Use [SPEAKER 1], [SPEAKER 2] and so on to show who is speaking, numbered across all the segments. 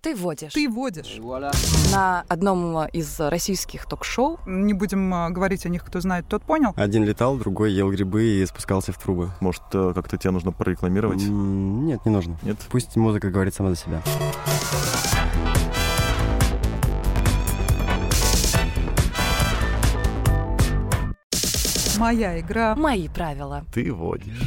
[SPEAKER 1] Ты водишь.
[SPEAKER 2] Ты водишь.
[SPEAKER 1] На одном из российских ток-шоу
[SPEAKER 2] Не будем а, говорить о них, кто знает, тот понял.
[SPEAKER 3] Один летал, другой ел грибы и спускался в трубы.
[SPEAKER 4] Может, э, как-то тебя нужно прорекламировать?
[SPEAKER 3] М, Нет, не нужно.
[SPEAKER 4] Нет?
[SPEAKER 3] Пусть музыка говорит сама за себя.
[SPEAKER 2] Моя игра.
[SPEAKER 1] «Мои правила».
[SPEAKER 4] Ты водишь.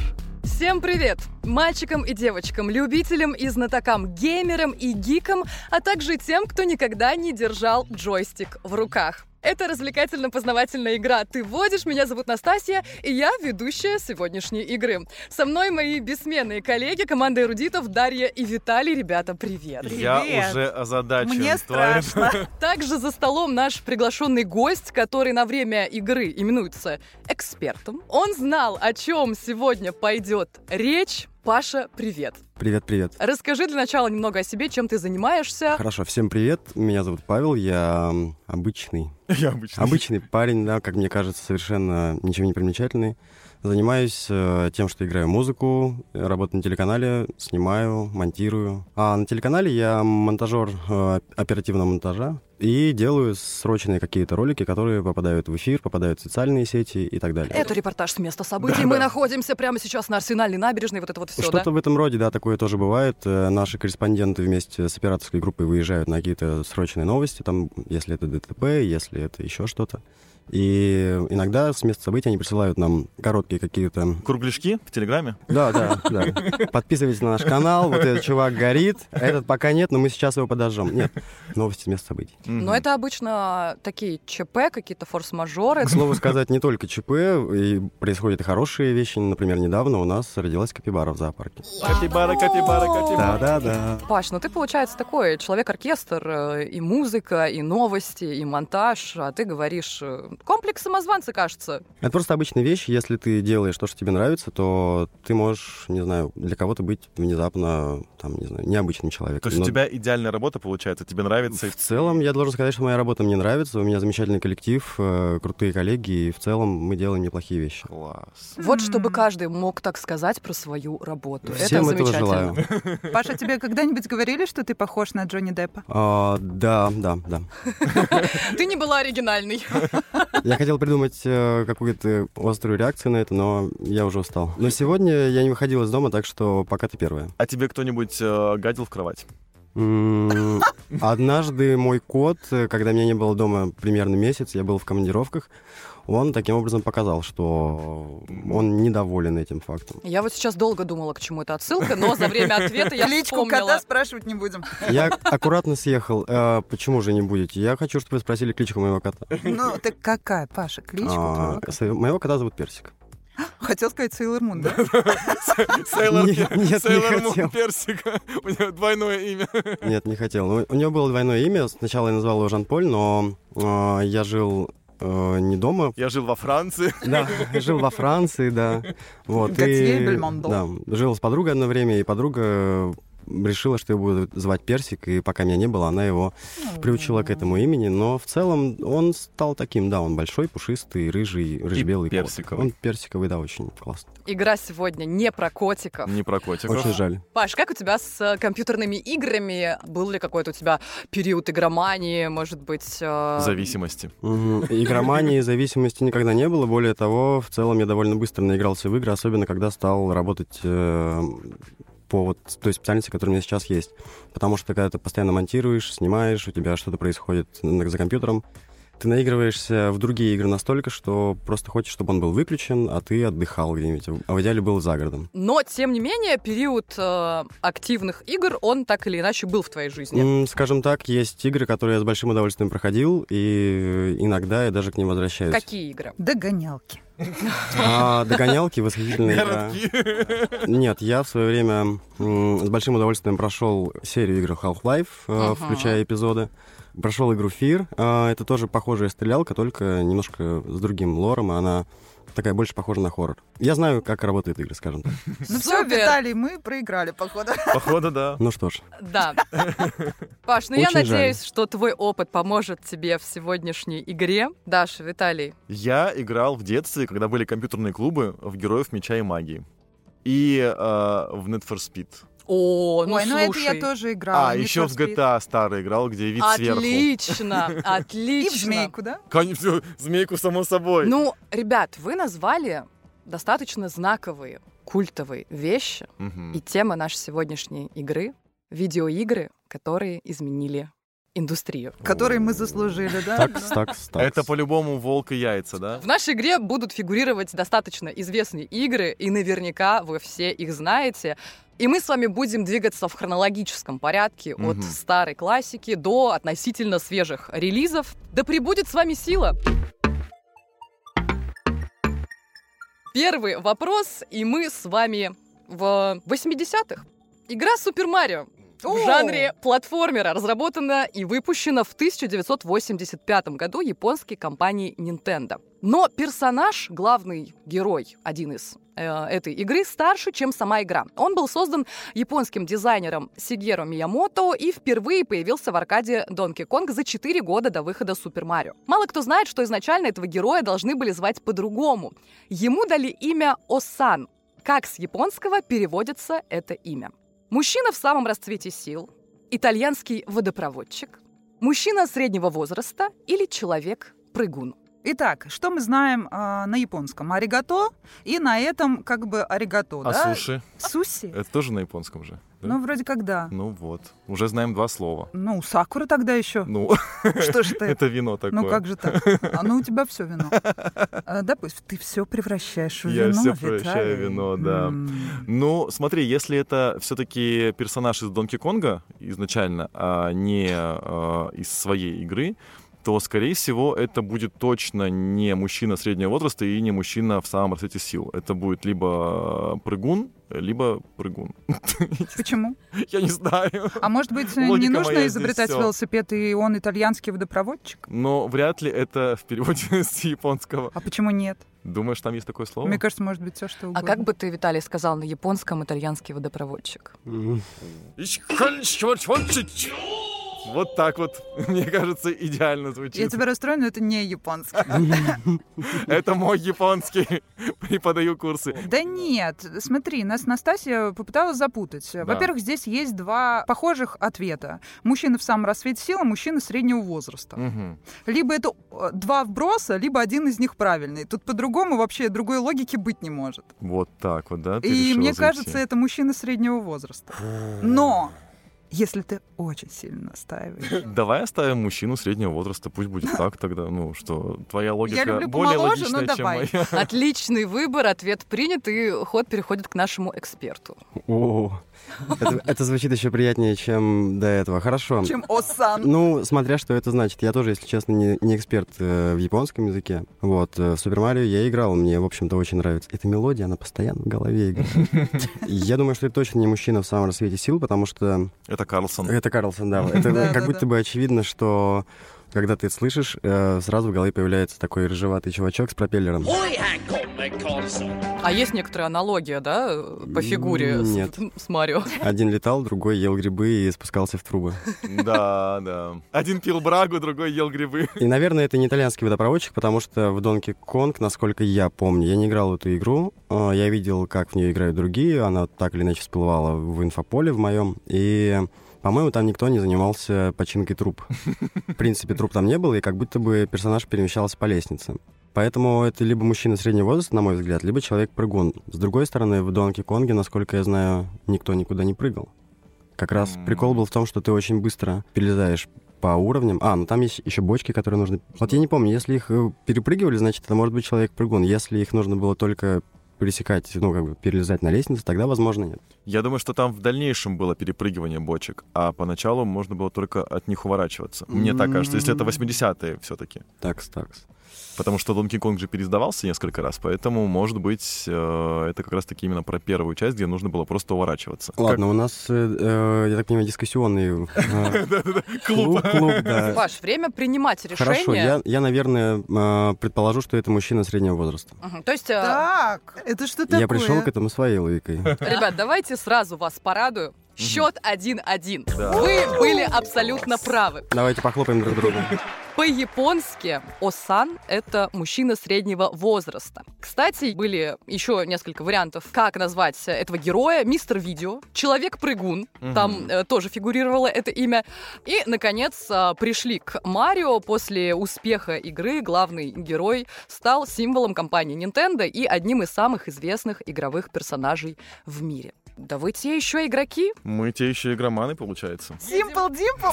[SPEAKER 1] Всем привет! Мальчикам и девочкам, любителям и знатокам, геймерам и гикам, а также тем, кто никогда не держал джойстик в руках. Это развлекательно-познавательная игра «Ты водишь», меня зовут Настасья, и я ведущая сегодняшней игры. Со мной мои бессменные коллеги, команда эрудитов Дарья и Виталий. Ребята, привет!
[SPEAKER 5] Я уже
[SPEAKER 4] А
[SPEAKER 5] озадачен.
[SPEAKER 2] Мне
[SPEAKER 5] твоим.
[SPEAKER 2] страшно.
[SPEAKER 1] Также за столом наш приглашенный гость, который на время игры именуется экспертом. Он знал, о чем сегодня пойдет речь. Паша, привет.
[SPEAKER 3] Привет-привет.
[SPEAKER 1] Расскажи для начала немного о себе, чем ты занимаешься.
[SPEAKER 3] Хорошо, всем привет. Меня зовут Павел, я м, обычный.
[SPEAKER 4] Я обычно.
[SPEAKER 3] Обычный парень, да, как мне кажется, совершенно ничем не примечательный. Занимаюсь э, тем, что играю музыку, э, работаю на телеканале, снимаю, монтирую. А на телеканале я монтажер э, оперативного монтажа и делаю срочные какие-то ролики, которые попадают в эфир, попадают в социальные сети и так далее.
[SPEAKER 1] Это репортаж с места событий. Мы находимся прямо сейчас на Арсенальной набережной. Вот это вот все, да?
[SPEAKER 3] Что-то в этом роде, да, такое тоже бывает. Э, Наши корреспонденты вместе с операторской группой выезжают на какие-то срочные новости, там, если это ДТП, если это еще что-то. И иногда с места событий они присылают нам короткие какие-то...
[SPEAKER 4] Кругляшки в Телеграме?
[SPEAKER 3] Да, да, да. Подписывайтесь на наш канал, вот этот чувак горит, этот пока нет, но мы сейчас его подожжем. Нет, новости с места событий.
[SPEAKER 1] Но Ну, это обычно такие ЧП, какие-то форс-мажоры.
[SPEAKER 3] К слову сказать, не только ЧП, и происходят и хорошие вещи. Например, недавно у нас родилась капибара в зоопарке.
[SPEAKER 4] Капибара, капибара, капибара.
[SPEAKER 3] Да-да-да.
[SPEAKER 1] Паш, ну ты, получается, такой человек-оркестр, э, и музыка, и новости, и монтаж, а ты говоришь э, комплекс самозванца, кажется.
[SPEAKER 3] Это просто обычная вещь. Если ты делаешь то, что тебе нравится, то ты можешь, не знаю, для кого-то быть внезапно, там, не знаю, необычным человеком.
[SPEAKER 4] То есть
[SPEAKER 5] Ну.
[SPEAKER 3] Но
[SPEAKER 4] у тебя идеальная работа получается, тебе нравится. и-
[SPEAKER 3] В целом, я должен сказать, что моя работа мне нравится. У меня замечательный коллектив, э, крутые коллеги, и в целом мы делаем неплохие вещи.
[SPEAKER 4] Класс.
[SPEAKER 1] Вот чтобы каждый мог так сказать про свою работу.
[SPEAKER 3] Всем
[SPEAKER 1] это
[SPEAKER 3] этого
[SPEAKER 1] замечательно.
[SPEAKER 3] желаю.
[SPEAKER 2] Паша, тебе когда-нибудь говорили, что ты похож на Джонни Деппа?
[SPEAKER 3] А, да, да, да.
[SPEAKER 1] Ты не была оригинальной.
[SPEAKER 3] Я хотел придумать э, какую-то острую реакцию на это, но я уже устал. Но сегодня я не выходил из дома, так что пока ты первая.
[SPEAKER 4] А тебе кто-нибудь э, гадил в кровать?
[SPEAKER 3] М, Однажды мой кот, э, когда меня не было дома примерно месяц, я был в командировках, он таким образом показал, что он недоволен этим фактом.
[SPEAKER 1] Я вот сейчас долго думала, к чему это отсылка, но за время ответа я
[SPEAKER 2] Личку
[SPEAKER 1] вспомнила.
[SPEAKER 2] кота спрашивать не будем.
[SPEAKER 3] Я аккуратно съехал. Э, почему же не будете? Я хочу, чтобы вы спросили кличку моего кота.
[SPEAKER 2] Ну, так какая, Паша, кличка?
[SPEAKER 3] А,
[SPEAKER 2] твоего кота?
[SPEAKER 3] с- Моего кота зовут Персик.
[SPEAKER 2] Хотел сказать Сейлор Мун, да?
[SPEAKER 5] Сейлор
[SPEAKER 3] Нет, нет, не
[SPEAKER 5] Сейлор Мун
[SPEAKER 3] хотел.
[SPEAKER 5] Персика. У него двойное имя.
[SPEAKER 3] Нет, не хотел. Ну, У него было двойное имя. Сначала я назвал его Жан-Поль, но э, я жил э, не дома,
[SPEAKER 4] Я жил во Франции.
[SPEAKER 3] Да, жил во Франции, да. Вот,
[SPEAKER 2] Готье и
[SPEAKER 3] и,
[SPEAKER 2] Бельмондо.
[SPEAKER 3] да, жил с подругой одно время, и подруга э, решила, что ее будут звать Персик, и пока меня не было, она его приучила к этому имени. Но в целом он стал таким, да, он большой, пушистый, рыжий, рыжебелый кот.
[SPEAKER 4] персиковый.
[SPEAKER 3] Он персиковый, да, очень классно.
[SPEAKER 1] Игра сегодня не про котиков.
[SPEAKER 4] Не про котиков.
[SPEAKER 3] Очень жаль.
[SPEAKER 1] Паш, как у тебя с э, компьютерными играми? Был ли какой-то у тебя период игромании, может быть? э,
[SPEAKER 4] Зависимости.
[SPEAKER 3] Мгм. Игромании и зависимости никогда не было. Более того, в целом я довольно быстро наигрался в игры, особенно когда стал работать э, по вот той специальности, которая у меня сейчас есть. Потому что когда ты постоянно монтируешь, снимаешь, у тебя что-то происходит на- за компьютером, ты наигрываешься в другие игры настолько, что просто хочешь, чтобы он был выключен, а ты отдыхал где-нибудь, а в идеале был за городом.
[SPEAKER 1] Но, тем не менее, период э, активных игр, он так или иначе был в твоей жизни.
[SPEAKER 3] М, Скажем так, есть игры, которые я с большим удовольствием проходил, и иногда я даже к ним возвращаюсь.
[SPEAKER 1] Какие игры?
[SPEAKER 2] Догонялки.
[SPEAKER 3] А, догонялки восхитительные. игра. Нет, я в свое время м, с большим удовольствием прошел серию игр Half-Life, э,
[SPEAKER 1] Ага.
[SPEAKER 3] включая эпизоды. Прошел игру Fear. э, это тоже похожая стрелялка, только немножко с другим лором. и Она такая больше похожа на хоррор. Я знаю, как работают игры, скажем так.
[SPEAKER 2] Ну все,
[SPEAKER 1] Супер!
[SPEAKER 2] Виталий, мы проиграли, походу.
[SPEAKER 4] Походу, да.
[SPEAKER 3] Ну что ж,
[SPEAKER 1] Да. Паш, ну я
[SPEAKER 3] Очень жаль.
[SPEAKER 1] надеюсь, что твой опыт поможет тебе в сегодняшней игре. Даша, Виталий,
[SPEAKER 4] Я играл в детстве, когда были компьютерные клубы, а, в Героев Меча и Магии. И э, в Need for Speed.
[SPEAKER 1] О, ну
[SPEAKER 2] Ой, ну это
[SPEAKER 1] слушай.
[SPEAKER 2] я тоже играла.
[SPEAKER 4] А,
[SPEAKER 2] Need
[SPEAKER 4] еще
[SPEAKER 2] for
[SPEAKER 4] в
[SPEAKER 2] Speed.
[SPEAKER 4] GTA старый играл, где вид сверху.
[SPEAKER 1] Отлично,
[SPEAKER 2] И в
[SPEAKER 1] отлично.
[SPEAKER 2] «Змейку», да?
[SPEAKER 4] Конечно, змейку, само собой.
[SPEAKER 1] Ну, ребят, вы назвали достаточно знаковые, культовые вещи
[SPEAKER 4] Мгм.
[SPEAKER 1] и тема нашей сегодняшней игры — видеоигры, которые изменили индустрию.
[SPEAKER 2] Который мы заслужили, да?
[SPEAKER 3] Такс, такс, такс.
[SPEAKER 4] Это по-любому волк и яйца, да?
[SPEAKER 1] В нашей игре будут фигурировать достаточно известные игры, и наверняка вы все их знаете. И мы с вами будем двигаться в хронологическом порядке
[SPEAKER 4] Мгм.
[SPEAKER 1] от старой классики до относительно свежих релизов. Да прибудет с вами сила! Первый вопрос, и мы с вами в 80-х. Игра Супер Марио в
[SPEAKER 2] О!
[SPEAKER 1] жанре платформера разработана и выпущена в 1985 году японской компанией Nintendo. Но персонаж, главный герой, один из э, этой игры, старше, чем сама игра. Он был создан японским дизайнером Сигеро Миямото и впервые появился в аркаде Donkey Kong за 4 года до выхода Супер Марио. Мало кто знает, что изначально этого героя должны были звать по-другому. Ему дали имя Осан. Как с японского переводится это имя? Мужчина в самом расцвете сил, итальянский водопроводчик, мужчина среднего возраста или человек-прыгун.
[SPEAKER 2] Итак, что мы знаем а, на японском? Аригато. И на этом как бы аригато,
[SPEAKER 4] А
[SPEAKER 2] да?
[SPEAKER 4] суши?
[SPEAKER 2] Суси?
[SPEAKER 4] Это тоже на японском же. да?
[SPEAKER 2] Ну, вроде как да.
[SPEAKER 4] Ну вот, уже знаем два слова.
[SPEAKER 2] Ну, сакура тогда еще.
[SPEAKER 4] Ну,
[SPEAKER 2] Что же ты?
[SPEAKER 4] это вино такое.
[SPEAKER 2] Ну как же так? А ну у тебя все вино. А, Допустим, ты все превращаешь в
[SPEAKER 4] Я
[SPEAKER 2] вино.
[SPEAKER 4] всё превращаю в
[SPEAKER 2] Виталий.
[SPEAKER 4] вино, да.
[SPEAKER 2] М.
[SPEAKER 4] Ну, смотри, если это все-таки персонаж из Донки Конга изначально, а не э, из своей игры, то, скорее всего, это будет точно не мужчина среднего возраста и не мужчина в самом расцвете сил. Это будет либо прыгун, либо прыгун.
[SPEAKER 2] Почему?
[SPEAKER 4] Я не знаю.
[SPEAKER 2] А может быть, не
[SPEAKER 4] Логика
[SPEAKER 2] нужно
[SPEAKER 4] моя здесь
[SPEAKER 2] изобретать
[SPEAKER 4] всё.
[SPEAKER 2] велосипед, и он итальянский водопроводчик?
[SPEAKER 4] Но вряд ли это в переводе с японского.
[SPEAKER 2] А почему нет?
[SPEAKER 4] Думаешь, там есть такое слово?
[SPEAKER 2] Мне кажется, может быть, все что
[SPEAKER 1] А
[SPEAKER 2] угодно.
[SPEAKER 1] как бы ты, Виталий, сказал на японском итальянский водопроводчик?
[SPEAKER 3] Мгм.
[SPEAKER 4] Вот так вот, мне кажется, идеально
[SPEAKER 2] Я
[SPEAKER 4] звучит.
[SPEAKER 2] тебя расстрою, но это не японский.
[SPEAKER 4] Это мой японский. Преподаю курсы.
[SPEAKER 2] Да нет, смотри, нас Настасья попыталась запутать. Во-первых, здесь есть два похожих ответа. Мужчина в самом рассвете силы, мужчина среднего возраста.
[SPEAKER 4] Мгм.
[SPEAKER 2] Либо это э, два вброса, либо один из них правильный. Тут по-другому вообще другой логики быть не может.
[SPEAKER 4] Вот так вот, да? ты
[SPEAKER 2] И
[SPEAKER 4] решила
[SPEAKER 2] мне
[SPEAKER 4] зайти.
[SPEAKER 2] кажется, это мужчина среднего возраста. Но если ты очень сильно настаиваешь.
[SPEAKER 4] Давай оставим мужчину среднего возраста, пусть будет так тогда. Ну что, твоя логика
[SPEAKER 2] люблю
[SPEAKER 4] более
[SPEAKER 2] помоложе,
[SPEAKER 4] логичная,
[SPEAKER 2] но
[SPEAKER 4] чем
[SPEAKER 2] давай.
[SPEAKER 4] моя.
[SPEAKER 1] Отличный выбор, ответ принят, и ход переходит к нашему эксперту.
[SPEAKER 3] О, это- Это звучит еще приятнее, чем до этого. Хорошо.
[SPEAKER 2] Чем Осан.
[SPEAKER 3] Ну, смотря что это значит. Я тоже, если честно, не, не эксперт э, в японском языке. Вот, э, в Супер Марио я играл, мне, в общем-то, очень нравится. Эта мелодия, она постоянно в голове играет. Я думаю, что это точно не мужчина в самом рассвете сил, потому что...
[SPEAKER 4] Это Карлсон.
[SPEAKER 3] Это Карлсон, да. Это
[SPEAKER 2] Да,
[SPEAKER 3] как
[SPEAKER 2] да,
[SPEAKER 3] будто
[SPEAKER 2] да.
[SPEAKER 3] бы очевидно, что когда ты это слышишь, э, сразу в голове появляется такой рыжеватый чувачок с пропеллером.
[SPEAKER 1] А есть некоторая аналогия, да, э, по фигуре с-
[SPEAKER 3] Нет.
[SPEAKER 1] с Марио?
[SPEAKER 3] Один летал, другой ел грибы и спускался в трубы.
[SPEAKER 4] Да, да. Один пил брагу, другой ел грибы.
[SPEAKER 3] И, наверное, это не итальянский водопроводчик, потому что в Донки Конг, насколько я помню, я не играл в эту игру. а, Я видел, как в нее играют другие. Она так или иначе всплывала в инфополе в моем. И, по-моему, там никто не занимался починкой труб. В принципе, труб там не было, и как будто бы персонаж перемещался по лестнице. Поэтому это либо мужчина среднего возраста, на мой взгляд, либо человек-прыгун. С другой стороны, в Донки Конге, насколько я знаю, никто никуда не прыгал. Как раз
[SPEAKER 4] М.
[SPEAKER 3] прикол был в том, что ты очень быстро перелезаешь по уровням. А, ну там есть еще бочки, которые нужно... Вот я не помню, если их э, перепрыгивали, значит, это может быть человек-прыгун. Если их нужно было только пересекать, ну, как бы перелезать на лестницу, тогда, возможно, нет.
[SPEAKER 4] Я думаю, что там в дальнейшем было перепрыгивание бочек, а поначалу можно было только от них уворачиваться. Мне так кажется, если это 80-е все-таки.
[SPEAKER 3] Такс, такс.
[SPEAKER 4] Потому что Донки Конг же пересдавался несколько раз, поэтому, может быть, э, это как раз-таки именно про первую часть, где нужно было просто уворачиваться.
[SPEAKER 3] Ладно, у нас, э, э, я так понимаю, дискуссионный э, клуб. клуб, да.
[SPEAKER 1] Паш, время принимать решение.
[SPEAKER 3] Хорошо, я, я, наверное, э, предположу, что это мужчина среднего возраста.
[SPEAKER 1] Мгм, То есть, э,
[SPEAKER 2] Так, это что такое?
[SPEAKER 3] Я пришел к этому своей логикой.
[SPEAKER 1] Ребят, давайте сразу вас порадую. Счет 1-1.
[SPEAKER 4] Да.
[SPEAKER 1] Вы были абсолютно правы.
[SPEAKER 3] Давайте похлопаем друг друга.
[SPEAKER 1] По-японски осан — это мужчина среднего возраста. Кстати, были еще несколько вариантов, как назвать этого героя. Мистер Видео, Человек-прыгун,
[SPEAKER 4] Мгм.
[SPEAKER 1] там э, тоже фигурировало это имя. И, наконец, а, пришли к Марио. После успеха игры главный герой стал символом компании Nintendo и одним из самых известных игровых персонажей в мире. Да вы те еще игроки?
[SPEAKER 4] Мы те еще игроманы, получается.
[SPEAKER 2] Симпл Димпл.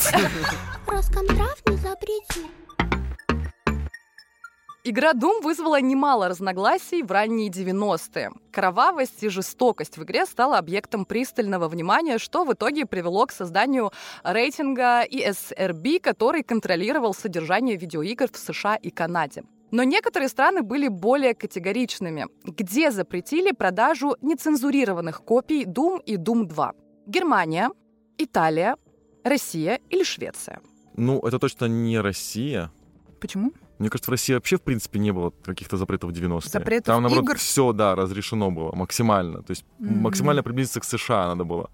[SPEAKER 6] Роскомздрав не запретил.
[SPEAKER 1] Игра Doom вызвала немало разногласий в ранние 90-е. Кровавость и жестокость в игре стала объектом пристального внимания, что в итоге привело к созданию рейтинга ESRB, который контролировал содержание видеоигр в США и Канаде. Но некоторые страны были более категоричными, где запретили продажу нецензурированных копий Doom и Doom 2. Германия, Италия, Россия или Швеция.
[SPEAKER 4] Ну, это точно не Россия.
[SPEAKER 2] Почему?
[SPEAKER 4] Мне кажется, в России вообще, в принципе, не было каких-то запретов в 90-е.
[SPEAKER 2] Запретов
[SPEAKER 4] Там, наоборот,
[SPEAKER 2] игр?
[SPEAKER 4] все, да, разрешено было максимально. То есть
[SPEAKER 2] Мгм.
[SPEAKER 4] максимально приблизиться к США надо было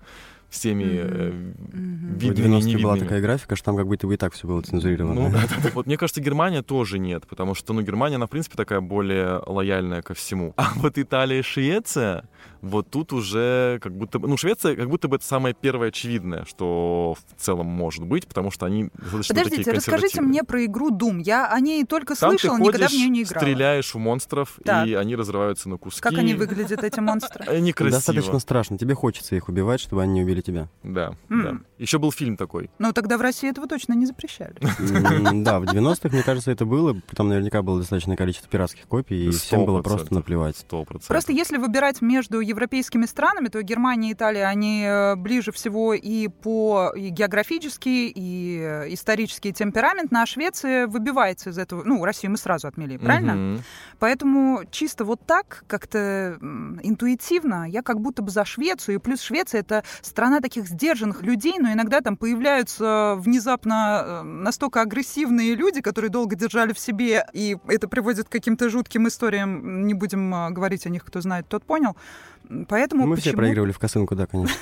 [SPEAKER 4] всеми э,
[SPEAKER 2] Мгм.
[SPEAKER 3] В
[SPEAKER 4] видными и
[SPEAKER 3] 90-е была
[SPEAKER 4] невидными.
[SPEAKER 3] такая графика, что там как будто бы и так все было
[SPEAKER 4] Ну,
[SPEAKER 3] цензурировано.
[SPEAKER 4] да, да, да. Вот мне кажется, Германия тоже нет, потому что, ну, Германия, она, в принципе, такая более лояльная ко всему. А вот Италия и Швеция, вот тут уже как будто бы... Ну, Швеция как будто бы это самое первое очевидное, что в целом может быть, потому что они достаточно
[SPEAKER 2] Подождите,
[SPEAKER 4] такие
[SPEAKER 2] расскажите
[SPEAKER 4] консервативные.
[SPEAKER 2] мне про игру Doom. Я о ней только
[SPEAKER 4] Там
[SPEAKER 2] слышала,
[SPEAKER 4] ты ходишь,
[SPEAKER 2] никогда в нее не играла.
[SPEAKER 4] стреляешь у монстров,
[SPEAKER 2] Так.
[SPEAKER 4] и они разрываются на куски. Э,
[SPEAKER 2] Как они выглядят, эти монстры?
[SPEAKER 4] Они красиво.
[SPEAKER 3] Достаточно страшно. Тебе хочется их убивать, чтобы они не убили тебя.
[SPEAKER 4] Да,
[SPEAKER 2] М.
[SPEAKER 4] да. Еще был фильм такой.
[SPEAKER 2] Ну, тогда в России этого точно не запрещали.
[SPEAKER 3] М, Да, в 90-х, мне кажется, это было. Там наверняка было достаточное количество пиратских копий, и всем было
[SPEAKER 4] 100%.
[SPEAKER 3] просто наплевать.
[SPEAKER 4] Сто процентов.
[SPEAKER 2] Просто если выбирать между европейскими странами, то Германия и Италия, они э, ближе всего и по и географически, и э, исторический темперамент. На Швеции выбивается из этого. Ну, Россию мы сразу отмели, правильно?
[SPEAKER 4] Мгм.
[SPEAKER 2] Поэтому чисто вот так, как-то м, интуитивно, я как будто бы за Швецию. И плюс Швеция — это страна таких сдержанных людей, но иногда там появляются внезапно э, настолько агрессивные люди, которые долго держали в себе, и это приводит к каким-то жутким историям. Не будем э, говорить о них, кто знает, тот понял. М, Поэтому
[SPEAKER 3] Мы
[SPEAKER 2] Ну,
[SPEAKER 3] все
[SPEAKER 2] почему-
[SPEAKER 3] проигрывали в косынку, да, конечно.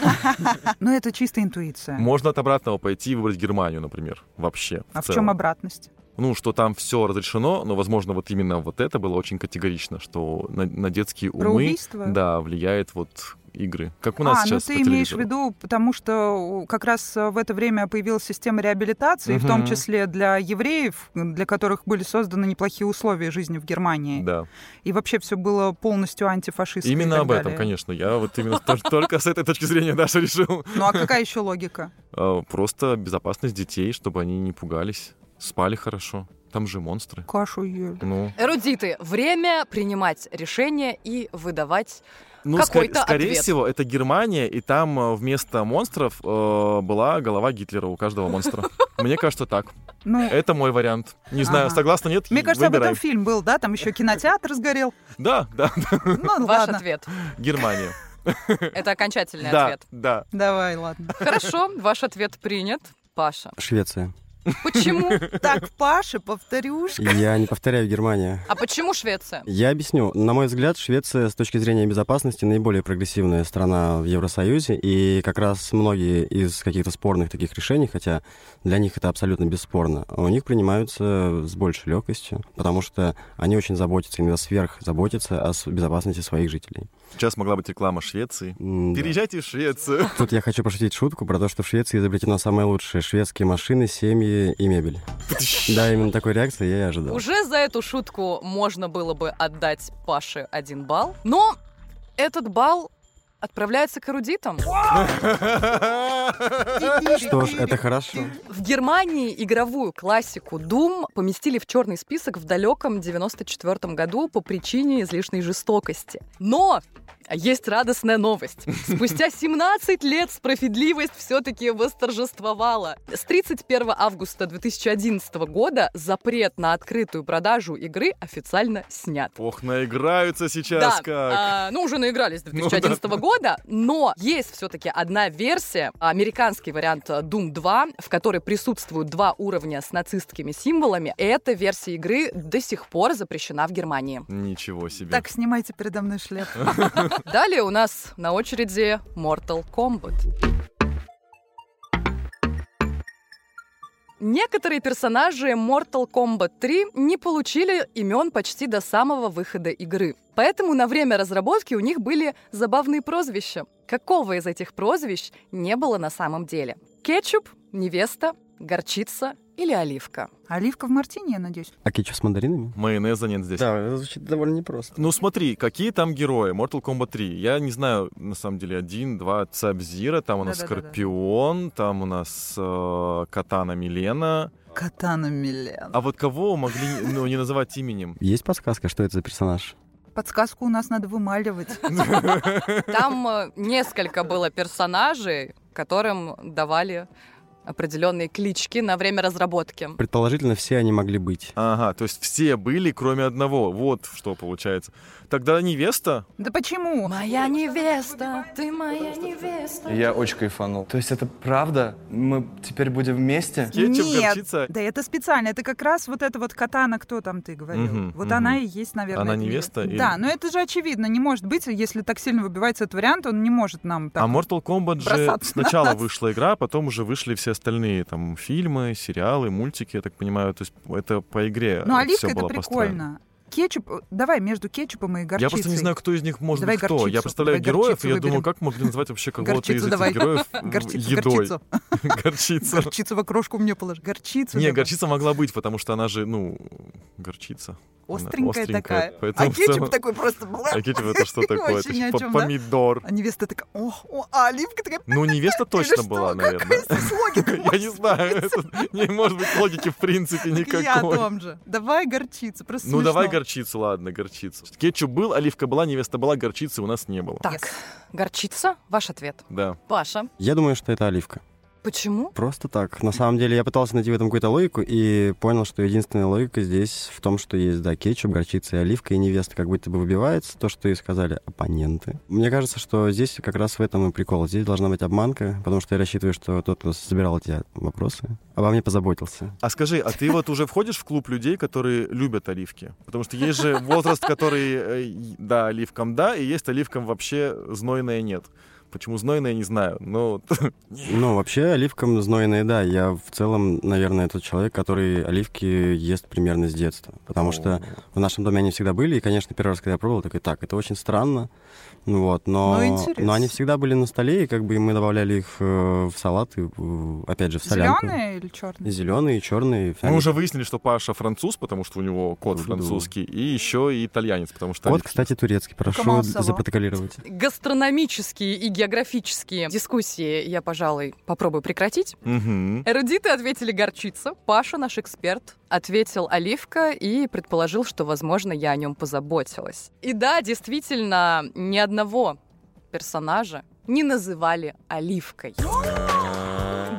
[SPEAKER 2] Но это чисто интуиция.
[SPEAKER 4] Можно от обратного пойти и выбрать Германию, например, вообще.
[SPEAKER 2] а в
[SPEAKER 4] целом.
[SPEAKER 2] чем обратность?
[SPEAKER 4] Ну, что там все разрешено, но, возможно, вот именно вот это было очень категорично, что на, на детские
[SPEAKER 2] Про
[SPEAKER 4] умы
[SPEAKER 2] убийство?
[SPEAKER 4] да, влияет вот игры. Как у нас
[SPEAKER 2] а,
[SPEAKER 4] сейчас
[SPEAKER 2] ну
[SPEAKER 4] по
[SPEAKER 2] ты имеешь в
[SPEAKER 4] телевизору.
[SPEAKER 2] виду, потому что э, как раз э, в это время появилась система реабилитации, в том
[SPEAKER 4] Мгм.
[SPEAKER 2] числе для евреев, м, для которых были созданы неплохие условия жизни в Германии.
[SPEAKER 4] Да.
[SPEAKER 2] И вообще все было полностью антифашистское. и
[SPEAKER 4] Именно
[SPEAKER 2] так
[SPEAKER 4] об этом,
[SPEAKER 2] далее.
[SPEAKER 4] конечно. Я вот именно тол- только с этой точки зрения даже решил.
[SPEAKER 2] Ну а какая еще логика?
[SPEAKER 4] Э, Просто безопасность детей, чтобы они не пугались, спали хорошо. Там же монстры.
[SPEAKER 2] Кашу ели.
[SPEAKER 4] Ну,
[SPEAKER 1] Эрудиты, время принимать решения и выдавать
[SPEAKER 4] Ну,
[SPEAKER 1] Какой-то
[SPEAKER 4] скор- скорее
[SPEAKER 1] ответ.
[SPEAKER 4] всего, это Германия, и там э, вместо монстров э, была голова Гитлера у каждого монстра. Мне кажется, так.
[SPEAKER 2] Ну,
[SPEAKER 4] Это мой вариант. Не знаю,
[SPEAKER 2] Ага.
[SPEAKER 4] согласна, нет?
[SPEAKER 2] мне кажется,
[SPEAKER 4] Э, Выбирай.
[SPEAKER 2] об этом фильм был, да? Там еще кинотеатр сгорел.
[SPEAKER 4] Да, да,
[SPEAKER 2] Ну
[SPEAKER 1] Ваш
[SPEAKER 2] ладно.
[SPEAKER 1] ответ.
[SPEAKER 4] Германия.
[SPEAKER 1] Это окончательный
[SPEAKER 4] Да,
[SPEAKER 1] ответ.
[SPEAKER 4] да.
[SPEAKER 2] Давай, ладно.
[SPEAKER 1] Хорошо, ваш ответ принят. Паша.
[SPEAKER 3] Швеция.
[SPEAKER 1] Почему?
[SPEAKER 2] Так, Паша, повторюшка.
[SPEAKER 3] Я не повторяю Германия.
[SPEAKER 1] А почему Швеция?
[SPEAKER 3] Я объясню. На мой взгляд, Швеция с точки зрения безопасности наиболее прогрессивная страна в Евросоюзе, и как раз многие из каких-то спорных таких решений, хотя для них это абсолютно бесспорно, у них принимаются с большей легкостью, потому что они очень заботятся, иногда сверх заботятся о с- безопасности своих жителей.
[SPEAKER 4] Сейчас могла быть реклама Швеции.
[SPEAKER 3] М, да.
[SPEAKER 4] Переезжайте в Швецию.
[SPEAKER 3] Тут я хочу пошутить шутку про то, что в Швеции изобретено самое лучшее — шведские машины, семьи и мебель. Да, именно такой реакции я и ожидал.
[SPEAKER 1] Уже за эту шутку можно было бы отдать Паше один балл, но этот балл отправляется к эрудитам.
[SPEAKER 3] Что ж, это хорошо.
[SPEAKER 1] В Германии игровую классику Doom поместили в черный список в далеком 94 году по причине излишней жестокости. Но есть радостная новость. Спустя 17 лет справедливость все-таки восторжествовала. С 31 августа 2011 года запрет на открытую продажу игры официально снят.
[SPEAKER 4] Ох, наиграются сейчас
[SPEAKER 1] Да,
[SPEAKER 4] как.
[SPEAKER 1] а, ну уже наигрались с 2011 года, но есть все-таки одна версия, американский вариант э, Doom 2, в которой присутствуют два уровня с нацистскими символами. Эта версия игры до сих пор запрещена в Германии.
[SPEAKER 4] Ничего себе.
[SPEAKER 2] Так, снимайте передо мной шляп.
[SPEAKER 1] Далее у нас на очереди Mortal Kombat. Некоторые персонажи Mortal Kombat 3 не получили имен почти до самого выхода игры. Поэтому на время разработки у них были забавные прозвища. Какого из этих прозвищ не было на самом деле? Кетчуп, невеста, горчица или оливка?
[SPEAKER 2] Оливка в мартине, я надеюсь.
[SPEAKER 3] А кетчуп с мандаринами?
[SPEAKER 4] Майонеза нет здесь.
[SPEAKER 3] Да, это звучит довольно непросто.
[SPEAKER 4] Ну смотри, какие там герои? Mortal Kombat 3. Я не знаю, на самом деле, один, два, Цабзира, там у нас
[SPEAKER 2] Да-да-да-да.
[SPEAKER 4] Скорпион, там у нас э, Катана Милена.
[SPEAKER 2] Катана Милен.
[SPEAKER 4] А вот кого могли ну, не называть именем?
[SPEAKER 3] Есть подсказка, что это за персонаж?
[SPEAKER 2] Подсказку у нас надо вымаливать.
[SPEAKER 1] Там э, несколько было персонажей, которым давали определенные клички на время разработки.
[SPEAKER 3] Предположительно, все они могли быть.
[SPEAKER 4] Ага, то есть все были, кроме одного. Вот что получается. Тогда невеста.
[SPEAKER 2] Да почему?
[SPEAKER 1] Моя невеста, ты моя невеста.
[SPEAKER 7] Я очень кайфанул. То есть это правда? Мы теперь будем вместе?
[SPEAKER 4] Кетчуп,
[SPEAKER 2] Нет.
[SPEAKER 4] горчица.
[SPEAKER 2] Да это специально, это как раз вот эта вот катана, кто там ты говорил.
[SPEAKER 4] Мгм,
[SPEAKER 2] вот
[SPEAKER 4] мгм.
[SPEAKER 2] она и есть, наверное.
[SPEAKER 4] Она
[SPEAKER 2] эта
[SPEAKER 4] невеста или-
[SPEAKER 2] Да, но это же очевидно, не может быть, если так сильно выбивается этот вариант, он не может нам так.
[SPEAKER 4] а Mortal Kombat же
[SPEAKER 2] бросаться на
[SPEAKER 4] сначала
[SPEAKER 2] нас.
[SPEAKER 4] вышла игра, а потом уже вышли все остальные там фильмы, сериалы, мультики, я так понимаю. То есть это по игре.
[SPEAKER 2] Ну,
[SPEAKER 4] э,
[SPEAKER 2] оливка
[SPEAKER 4] всё
[SPEAKER 2] это
[SPEAKER 4] было построено.
[SPEAKER 2] прикольно. Кетчуп, э, давай между кетчупом и горчицей.
[SPEAKER 4] Я просто не знаю, кто из них может
[SPEAKER 2] Давай
[SPEAKER 4] быть кто.
[SPEAKER 2] горчицу,
[SPEAKER 4] Я представляю
[SPEAKER 2] давай
[SPEAKER 4] героев,
[SPEAKER 2] горчицу
[SPEAKER 4] и я думаю,
[SPEAKER 2] выберем.
[SPEAKER 4] как могли назвать вообще кого-то
[SPEAKER 2] Горчицу
[SPEAKER 4] из
[SPEAKER 2] давай.
[SPEAKER 4] этих героев э,
[SPEAKER 2] Горчицу,
[SPEAKER 4] едой.
[SPEAKER 2] горчицу.
[SPEAKER 4] Горчица.
[SPEAKER 2] Горчицу в окрошку мне положи. Горчицу.
[SPEAKER 4] Не,
[SPEAKER 2] давай.
[SPEAKER 4] горчица могла быть, потому что она же, ну, горчица.
[SPEAKER 2] Остренькая,
[SPEAKER 4] остренькая,
[SPEAKER 2] такая.
[SPEAKER 4] поэтому
[SPEAKER 2] а
[SPEAKER 4] в
[SPEAKER 2] кетчуп
[SPEAKER 4] целом-
[SPEAKER 2] такой просто... бла.
[SPEAKER 4] А кетчуп это что такое?
[SPEAKER 2] Вообще
[SPEAKER 4] Это
[SPEAKER 2] ни
[SPEAKER 4] ж
[SPEAKER 2] о
[SPEAKER 4] по-
[SPEAKER 2] чем, да?
[SPEAKER 4] помидор.
[SPEAKER 2] А невеста такая, о, о, а оливка такая,
[SPEAKER 4] Ну, невеста
[SPEAKER 2] «Ты
[SPEAKER 4] точно
[SPEAKER 2] что,
[SPEAKER 4] была,
[SPEAKER 2] какая
[SPEAKER 4] наверное.
[SPEAKER 2] здесь логика?»
[SPEAKER 4] Я не знаю, это не может быть логики в принципе
[SPEAKER 2] Так и Я о
[SPEAKER 4] никакой.
[SPEAKER 2] том же. Давай горчицу, просто
[SPEAKER 4] Ну давай
[SPEAKER 2] смешно.
[SPEAKER 4] горчицу, ладно, горчицу. Кетчуп был, оливка была, невеста была, горчицы у нас не было.
[SPEAKER 1] Так, горчица, ваш ответ.
[SPEAKER 4] Да.
[SPEAKER 1] Паша,
[SPEAKER 3] Я думаю, что это оливка.
[SPEAKER 1] почему?
[SPEAKER 3] Просто так. На самом деле, я пытался найти в этом какую-то логику и понял, что единственная логика здесь в том, что есть, да, кетчуп, горчица и оливка, и невеста как будто бы выбивается, то, что и сказали оппоненты. Мне кажется, что здесь как раз в этом и прикол. Здесь должна быть обманка, потому что я рассчитываю, что тот, кто собирал эти вопросы, обо мне позаботился.
[SPEAKER 4] А скажи, а ты вот уже входишь в клуб людей, которые любят оливки? Потому что есть же возраст, который, э, и- да, оливкам да, и есть оливкам вообще знойное нет. Почему знойное, не знаю. Но
[SPEAKER 3] Ну, вообще, оливкам знойные, да. Я в целом, наверное, тот человек, который оливки ест примерно с детства. Потому что в нашем доме они всегда были. И, конечно, первый раз, когда я пробовал, такой, так, это очень странно. Ну Вот, но,
[SPEAKER 2] Ну, интересно.
[SPEAKER 3] но они всегда были на столе, и как бы мы добавляли их э, в салат, и, э, опять же, в солянку.
[SPEAKER 2] Зеленая или черная?
[SPEAKER 3] Зеленые, черные.
[SPEAKER 4] мы Ну, уже выяснили, что Паша француз, потому что у него кот
[SPEAKER 3] Да.
[SPEAKER 4] французский, и еще и итальянец, потому что...
[SPEAKER 3] Вот,
[SPEAKER 4] оливки.
[SPEAKER 3] Угу. кстати, турецкий. Прошу
[SPEAKER 2] Камал Сава.
[SPEAKER 3] запротоколировать.
[SPEAKER 1] Гастрономические и географические дискуссии я, пожалуй, попробую прекратить.
[SPEAKER 4] Мгм.
[SPEAKER 1] Эрудиты ответили горчица. Паша, наш эксперт, ответил оливка и предположил, что, возможно, я о нем позаботилась. И да, действительно, ни одного персонажа не называли оливкой.
[SPEAKER 4] А.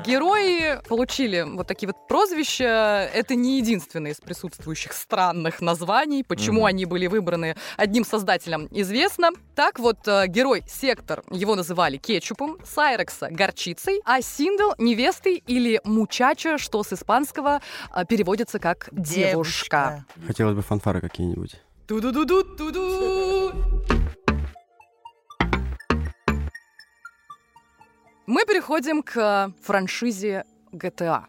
[SPEAKER 1] Герои получили вот такие вот прозвища. Это не единственное из присутствующих странных названий. Почему
[SPEAKER 4] Мгм.
[SPEAKER 1] они были выбраны одним создателем, известно. Так вот, э, герой Сектор, его называли кетчупом, Сайрекса – горчицей, а Синдел – невестой или мучача, что с испанского э, переводится как «девушка».
[SPEAKER 3] Хотелось бы фанфары какие-нибудь.
[SPEAKER 1] Ту-ду-ду-ду, ту-ду. Мы переходим к э, франшизе GTA.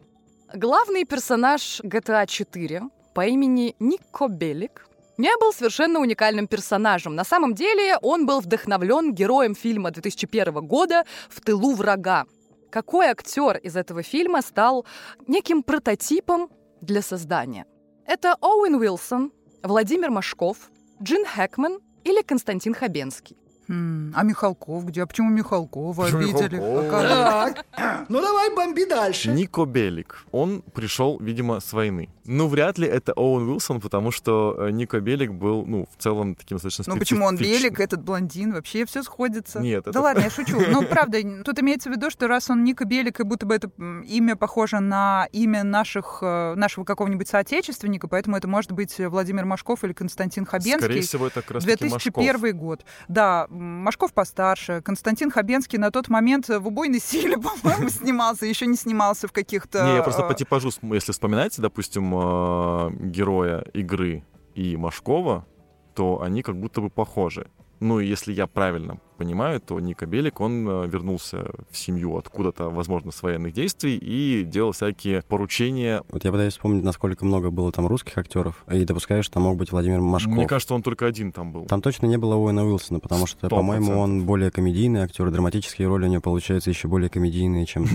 [SPEAKER 1] Главный персонаж GTA 4 по имени Нико Белик не был совершенно уникальным персонажем. На самом деле он был вдохновлен героем фильма 2001 года «В тылу врага». Какой актер из этого фильма стал неким прототипом для создания? Это Оуэн Уилсон, Владимир Машков, Джин Хэкман или Константин Хабенский.
[SPEAKER 2] М, А Михалков где? А почему Михалкова обидели? А как?
[SPEAKER 8] Ну давай бомби дальше.
[SPEAKER 4] Нико Белик. Он пришел, видимо, с войны. Ну, вряд ли это Оуэн Уилсон, потому что э, Нико Белик был, ну, в целом таким достаточно
[SPEAKER 2] Ну почему он
[SPEAKER 4] специфичным.
[SPEAKER 2] белик, этот блондин, вообще все сходится.
[SPEAKER 4] Нет,
[SPEAKER 2] да
[SPEAKER 4] это-
[SPEAKER 2] ладно, я шучу. Ну правда, тут имеется в виду, что раз он Ника Белик, и будто бы это м, имя похоже на имя наших, э, нашего какого-нибудь соотечественника, поэтому это может быть Владимир Машков или Константин Хабенский.
[SPEAKER 4] Скорее всего, это как раз
[SPEAKER 2] 2001 год. Да, м, Машков постарше. Константин Хабенский на тот момент э, в убойной силе, по-моему, снимался. Еще не снимался в каких-то...
[SPEAKER 4] Не, я просто
[SPEAKER 2] э,
[SPEAKER 4] по типажу, см- если вспоминаете, допустим, э, героя игры и Машкова, то они как будто бы похожи. Ну, если я правильно понимаю, то Ника Белик, он э, вернулся в семью откуда-то, возможно, с военных действий и делал всякие поручения.
[SPEAKER 3] Вот я пытаюсь вспомнить, насколько много было там русских актеров, и допускаю, что там мог быть Владимир Машков.
[SPEAKER 4] Мне кажется, он только один там был.
[SPEAKER 3] Там точно не было Оуэна Уилсона, потому что,
[SPEAKER 4] Сто
[SPEAKER 3] по-моему,
[SPEAKER 4] процентов.
[SPEAKER 3] он более комедийный актер, и драматические роли у него получаются еще более комедийные, чем,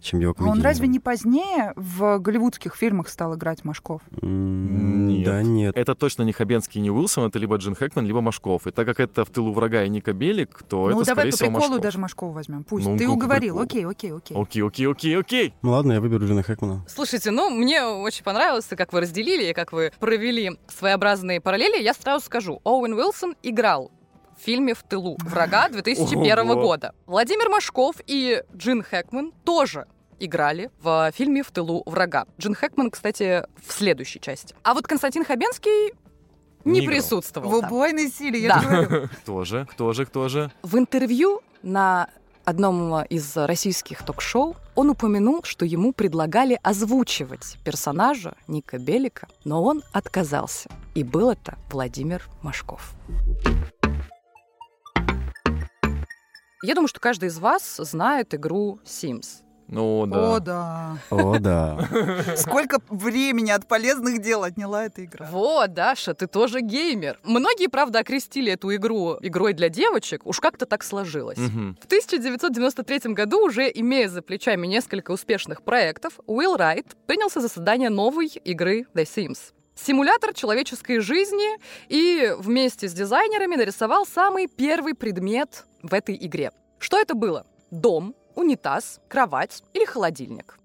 [SPEAKER 3] чем
[SPEAKER 2] А
[SPEAKER 3] его
[SPEAKER 2] он
[SPEAKER 3] комедийные.
[SPEAKER 2] разве не позднее в голливудских фильмах стал играть Машков?
[SPEAKER 3] М,
[SPEAKER 4] Нет.
[SPEAKER 3] Да нет.
[SPEAKER 4] Это точно не Хабенский, не Уилсон, это либо Джин Хэкман, либо Машков. И так как это в тылу врага и Ника Белик, то
[SPEAKER 2] ну
[SPEAKER 4] это,
[SPEAKER 2] давай
[SPEAKER 4] скорее
[SPEAKER 2] по
[SPEAKER 4] всего,
[SPEAKER 2] приколу
[SPEAKER 4] Машков.
[SPEAKER 2] даже Машкова возьмем. Пусть.
[SPEAKER 4] Ну,
[SPEAKER 2] Ты
[SPEAKER 4] ну, по
[SPEAKER 2] уговорил.
[SPEAKER 4] приколу.
[SPEAKER 2] Окей, окей, окей.
[SPEAKER 4] Окей, окей, окей, окей.
[SPEAKER 3] Ну ладно, я выберу Джина Хэкмана.
[SPEAKER 1] Слушайте, ну, мне очень понравилось, как вы разделили и как вы провели своеобразные параллели. Я сразу скажу, Оуэн Уилсон играл в фильме «В тылу врага» 2001
[SPEAKER 4] Ого.
[SPEAKER 1] года. Владимир Машков и Джин Хэкман тоже играли в фильме «В тылу врага». Джин Хэкман, кстати, в следующей части. А вот Константин Хабенский не,
[SPEAKER 4] Не играл.
[SPEAKER 2] В
[SPEAKER 1] присутствовал. там.
[SPEAKER 2] убойной силе, я
[SPEAKER 1] Да.
[SPEAKER 2] же говорю.
[SPEAKER 4] Кто же, кто же, кто же?
[SPEAKER 1] В интервью на одном из российских ток-шоу он упомянул, что ему предлагали озвучивать персонажа Ника Белика, но он отказался. И был это Владимир Машков. Я думаю, что каждый из вас знает игру Sims.
[SPEAKER 4] Ну да.
[SPEAKER 2] О, да.
[SPEAKER 3] О, да.
[SPEAKER 2] Сколько времени от полезных дел отняла эта игра.
[SPEAKER 1] Вот, Даша, ты тоже геймер. Многие, правда, окрестили эту игру игрой для девочек. Уж как-то так сложилось.
[SPEAKER 4] Мгм.
[SPEAKER 1] В 1993 году, уже имея за плечами несколько успешных проектов, Уилл Райт принялся за создание новой игры The Sims. Симулятор человеческой жизни и вместе с дизайнерами нарисовал самый первый предмет в этой игре. Что это было? Дом, унитаз, кровать или холодильник?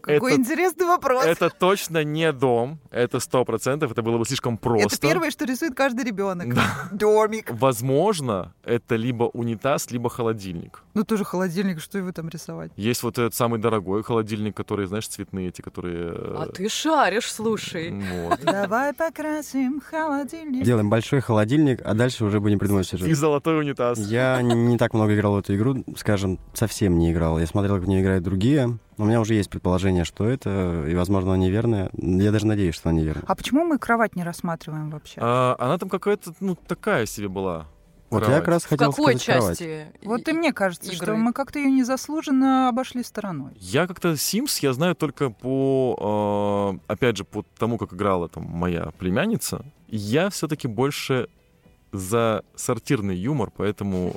[SPEAKER 2] Какой
[SPEAKER 4] Это-
[SPEAKER 2] интересный вопрос.
[SPEAKER 4] Это точно не дом, это сто процентов, это было бы слишком просто.
[SPEAKER 2] Это первое, что рисует каждый ребенок.
[SPEAKER 4] Да.
[SPEAKER 2] Домик.
[SPEAKER 4] Возможно, это либо унитаз, либо холодильник.
[SPEAKER 2] Ну тоже холодильник, что его там рисовать?
[SPEAKER 4] Есть вот этот самый дорогой холодильник, который, знаешь, цветные эти, которые... э,
[SPEAKER 1] А ты шаришь, слушай.
[SPEAKER 4] Вот.
[SPEAKER 2] Давай покрасим холодильник.
[SPEAKER 3] Делаем большой холодильник, а дальше уже будем придумать
[SPEAKER 4] И
[SPEAKER 3] сюжет.
[SPEAKER 4] золотой унитаз.
[SPEAKER 3] Я не так много играл в эту игру, скажем, совсем не играл. Я смотрел, как в нее играют другие. У меня уже есть предположение, что это, и, возможно, оно неверное. Я даже надеюсь, что оно неверное.
[SPEAKER 2] А почему мы кровать не рассматриваем вообще?
[SPEAKER 4] А, она там какая-то, ну, такая себе была.
[SPEAKER 3] Вот я
[SPEAKER 4] Кровать.
[SPEAKER 3] как раз
[SPEAKER 1] В
[SPEAKER 3] хотел
[SPEAKER 1] какой
[SPEAKER 3] сказать кровать.
[SPEAKER 1] части?
[SPEAKER 2] Вот и мне кажется, что
[SPEAKER 1] игры.
[SPEAKER 2] мы как-то ее незаслуженно обошли стороной.
[SPEAKER 4] Я как-то Sims я знаю только по, э, опять же, по тому, как играла там моя племянница. Я все-таки больше за сортирный юмор, поэтому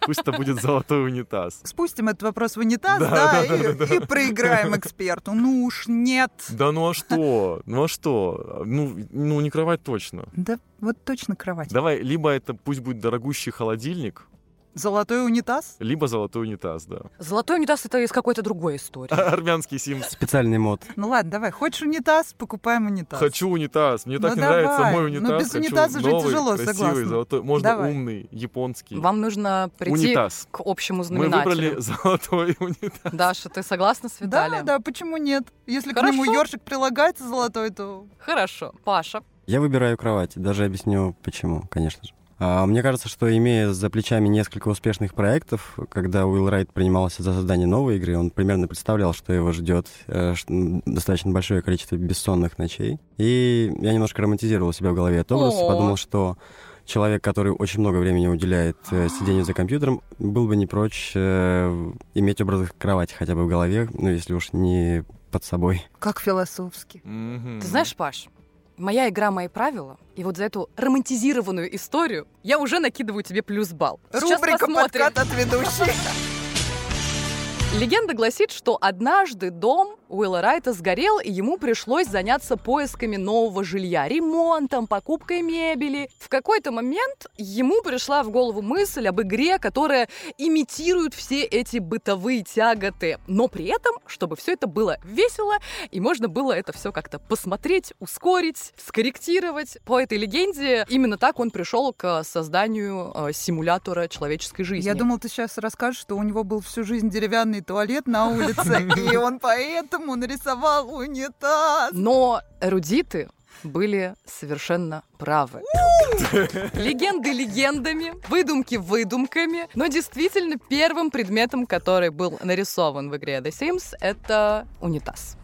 [SPEAKER 4] пусть это будет золотой унитаз.
[SPEAKER 2] Спустим этот вопрос в унитаз, да,
[SPEAKER 4] Да, да,
[SPEAKER 2] и,
[SPEAKER 4] да, да.
[SPEAKER 2] и проиграем эксперту. Ну уж нет.
[SPEAKER 4] Да ну а что? Ну а что? Ну, ну не кровать точно.
[SPEAKER 2] Да, вот точно кровать.
[SPEAKER 4] Давай, либо это пусть будет дорогущий холодильник,
[SPEAKER 2] Золотой унитаз?
[SPEAKER 4] либо золотой унитаз, да.
[SPEAKER 1] Золотой унитаз — это из какой-то другой истории.
[SPEAKER 4] Армянский Sims.
[SPEAKER 3] Специальный мод.
[SPEAKER 2] Ну ладно, давай. Хочешь унитаз? Покупаем унитаз.
[SPEAKER 4] Хочу унитаз. Мне
[SPEAKER 2] Ну
[SPEAKER 4] так не нравится
[SPEAKER 2] давай.
[SPEAKER 4] мой
[SPEAKER 2] Ну
[SPEAKER 4] унитаз.
[SPEAKER 2] без
[SPEAKER 4] Хочу
[SPEAKER 2] унитаза жить
[SPEAKER 4] новый,
[SPEAKER 2] тяжело,
[SPEAKER 4] красивый,
[SPEAKER 2] согласна.
[SPEAKER 4] золотой. Можно
[SPEAKER 2] Давай.
[SPEAKER 4] умный, японский.
[SPEAKER 1] Вам нужно прийти
[SPEAKER 4] унитаз.
[SPEAKER 1] к общему
[SPEAKER 4] Мы
[SPEAKER 1] знаменателю.
[SPEAKER 4] выбрали золотой унитаз.
[SPEAKER 1] Даша, ты согласна с
[SPEAKER 2] Да,
[SPEAKER 1] Виталием?
[SPEAKER 2] да, почему нет? Если к нему
[SPEAKER 1] Хорошо.
[SPEAKER 2] ёршик прилагается золотой, то...
[SPEAKER 1] Хорошо. Паша,
[SPEAKER 3] Я выбираю кровать, даже объясню почему, конечно же. А, Мне кажется, что имея за плечами несколько успешных проектов, когда Уилл Райт принимался за создание новой игры, он примерно представлял, что его ждет э, ш- м, достаточно большое количество бессонных ночей. И я немножко романтизировал у себя в голове этот образ и
[SPEAKER 1] О.
[SPEAKER 3] подумал, что человек, который очень много времени уделяет э, сидению за компьютером, был бы не прочь э, иметь образ кровати хотя бы в голове, ну если уж не под собой.
[SPEAKER 2] Как философски.
[SPEAKER 4] Мгм.
[SPEAKER 1] ты знаешь, Паш, моя игра, мои правила, и вот за эту романтизированную историю я уже накидываю тебе плюс балл. Сейчас
[SPEAKER 2] Рубрика
[SPEAKER 1] посмотрим.
[SPEAKER 2] «Подкат от ведущей».
[SPEAKER 1] Легенда гласит, что однажды дом Уилла Райта сгорел, и ему пришлось заняться поисками нового жилья, ремонтом, покупкой мебели. В какой-то момент ему пришла в голову мысль об игре, которая имитирует все эти бытовые тяготы, но при этом, чтобы все это было весело, и можно было это все как-то посмотреть, ускорить, скорректировать. По этой легенде именно так он пришел к созданию э, симулятора человеческой жизни.
[SPEAKER 2] Я думал, ты сейчас расскажешь, что у него был всю жизнь деревянный туалет на улице, и он поэтому нарисовал унитаз.
[SPEAKER 1] Но эрудиты были совершенно правы. Легенды легендами, выдумки выдумками, но действительно первым предметом, который был нарисован в игре The Sims, это унитаз.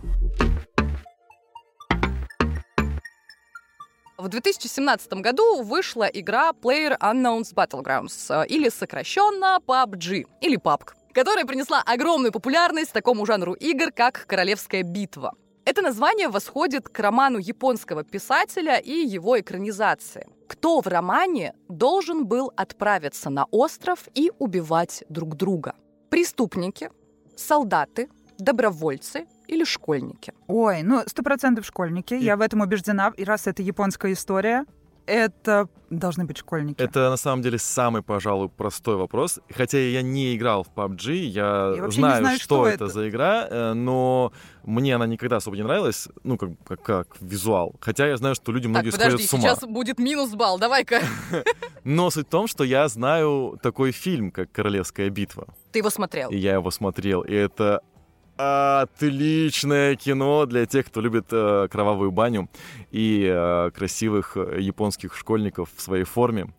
[SPEAKER 1] В 2017 году вышла игра Player Unknown's Battlegrounds, э, или сокращенно PUBG, или PUBG, которая принесла огромную популярность такому жанру игр, как «Королевская битва». Это название восходит к роману японского писателя и его экранизации. Кто в романе должен был отправиться на остров и убивать друг друга? Преступники, солдаты, добровольцы или школьники?
[SPEAKER 2] Ой, ну, сто процентов школьники. Я в этом убеждена. И раз это японская история, это должны быть школьники.
[SPEAKER 4] Это на самом деле самый, пожалуй, простой вопрос. Хотя я не играл в PUBG, я,
[SPEAKER 2] Я вообще не
[SPEAKER 4] знаю,
[SPEAKER 2] знаю,
[SPEAKER 4] что,
[SPEAKER 2] что
[SPEAKER 4] это
[SPEAKER 2] это.
[SPEAKER 4] за игра, э, но мне она никогда особо не нравилась, ну, как, как, как визуал. Хотя я знаю, что люди многие
[SPEAKER 1] так,
[SPEAKER 4] сходят
[SPEAKER 1] подожди,
[SPEAKER 4] с ума.
[SPEAKER 1] сейчас будет минус балл, давай-ка.
[SPEAKER 4] Но суть в том, что я знаю такой фильм, как «Королевская битва».
[SPEAKER 1] Ты его смотрел?
[SPEAKER 4] И я его смотрел, и это отличное кино для тех, кто любит э, кровавую баню и э, красивых э, японских школьников в своей форме.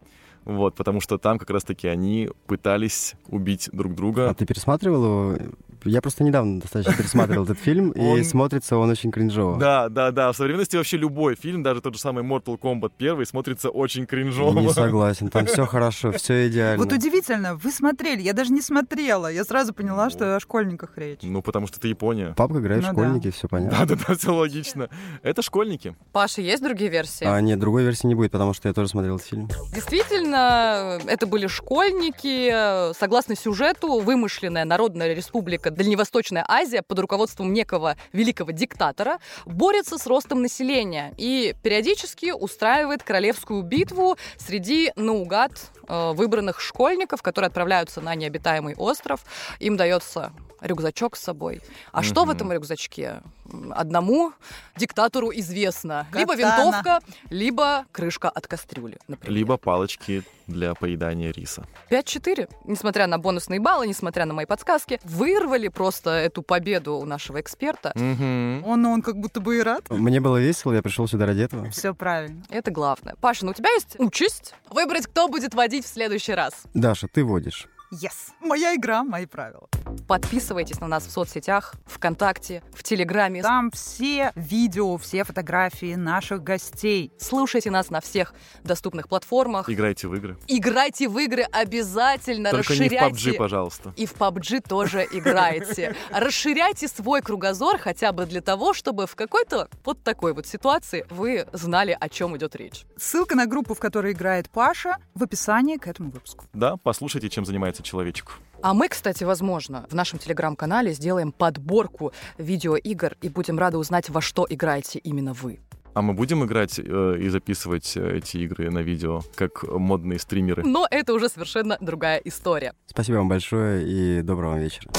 [SPEAKER 4] Вот, потому что там как раз-таки они пытались убить друг
[SPEAKER 3] А
[SPEAKER 4] друга.
[SPEAKER 3] ты пересматривал его? Я просто недавно достаточно пересматривал этот фильм, и
[SPEAKER 4] Он-
[SPEAKER 3] смотрится он очень кринжово.
[SPEAKER 4] Да, да, да. В современности вообще любой фильм, даже тот же самый Mortal Kombat 1, смотрится очень кринжово.
[SPEAKER 3] Не согласен, там все хорошо, все идеально.
[SPEAKER 2] Вот удивительно, вы смотрели, я даже не смотрела. Я сразу поняла, что о школьниках речь.
[SPEAKER 4] Ну, потому что это Япония.
[SPEAKER 3] Папка играет в
[SPEAKER 2] Ну да.
[SPEAKER 3] школьники, все понятно. А,
[SPEAKER 4] Да, да, да, все логично. Это школьники.
[SPEAKER 1] Паша, есть другие версии?
[SPEAKER 3] А нет, другой версии не будет, потому что я тоже смотрел этот фильм.
[SPEAKER 1] Действительно, это были школьники. Согласно сюжету, вымышленная Народная Республика Дальневосточная Азия под руководством некого великого диктатора борется с ростом населения и периодически устраивает королевскую битву среди наугад э, выбранных школьников, которые отправляются на необитаемый остров. Им дается рюкзачок с собой. А что в
[SPEAKER 4] Мгм.
[SPEAKER 1] этом рюкзачке? М, Одному диктатору известно. Либо
[SPEAKER 2] Катана.
[SPEAKER 1] винтовка, либо крышка от кастрюли, например.
[SPEAKER 4] Либо палочки для поедания риса.
[SPEAKER 1] 5-4, несмотря на бонусные баллы, несмотря на мои подсказки, вырвали просто эту победу у нашего эксперта.
[SPEAKER 4] Мгм.
[SPEAKER 2] Он, он как будто бы и рад.
[SPEAKER 3] Мне было весело, я пришел сюда ради этого.
[SPEAKER 2] Все правильно.
[SPEAKER 1] Это главное. Паша, ну у тебя есть участь выбрать, кто будет водить в следующий раз.
[SPEAKER 3] Даша, ты водишь.
[SPEAKER 2] Yes. Моя игра, мои правила.
[SPEAKER 1] Подписывайтесь на нас в соцсетях, ВКонтакте, в Телеграме.
[SPEAKER 2] Там все видео, все фотографии наших гостей.
[SPEAKER 1] Слушайте нас на всех доступных платформах.
[SPEAKER 4] Играйте в игры.
[SPEAKER 1] Играйте в игры обязательно,
[SPEAKER 4] Только
[SPEAKER 1] расширяйте.
[SPEAKER 4] не в PUBG, пожалуйста.
[SPEAKER 1] и в PUBG тоже играете. Расширяйте свой кругозор хотя бы для того, чтобы в какой-то вот такой вот ситуации вы знали, о чем идет речь.
[SPEAKER 2] Ссылка на группу, в которой играет Паша, в описании к этому выпуску.
[SPEAKER 4] Да, послушайте, чем занимается человечек.
[SPEAKER 1] А мы, кстати, возможно, в нашем телеграм-канале сделаем подборку видеоигр и будем рады узнать, во что играете именно вы.
[SPEAKER 4] А мы будем играть э, и записывать э, эти игры на видео, как модные стримеры.
[SPEAKER 1] Но это уже совершенно другая история.
[SPEAKER 3] Спасибо вам большое и доброго вам вечера.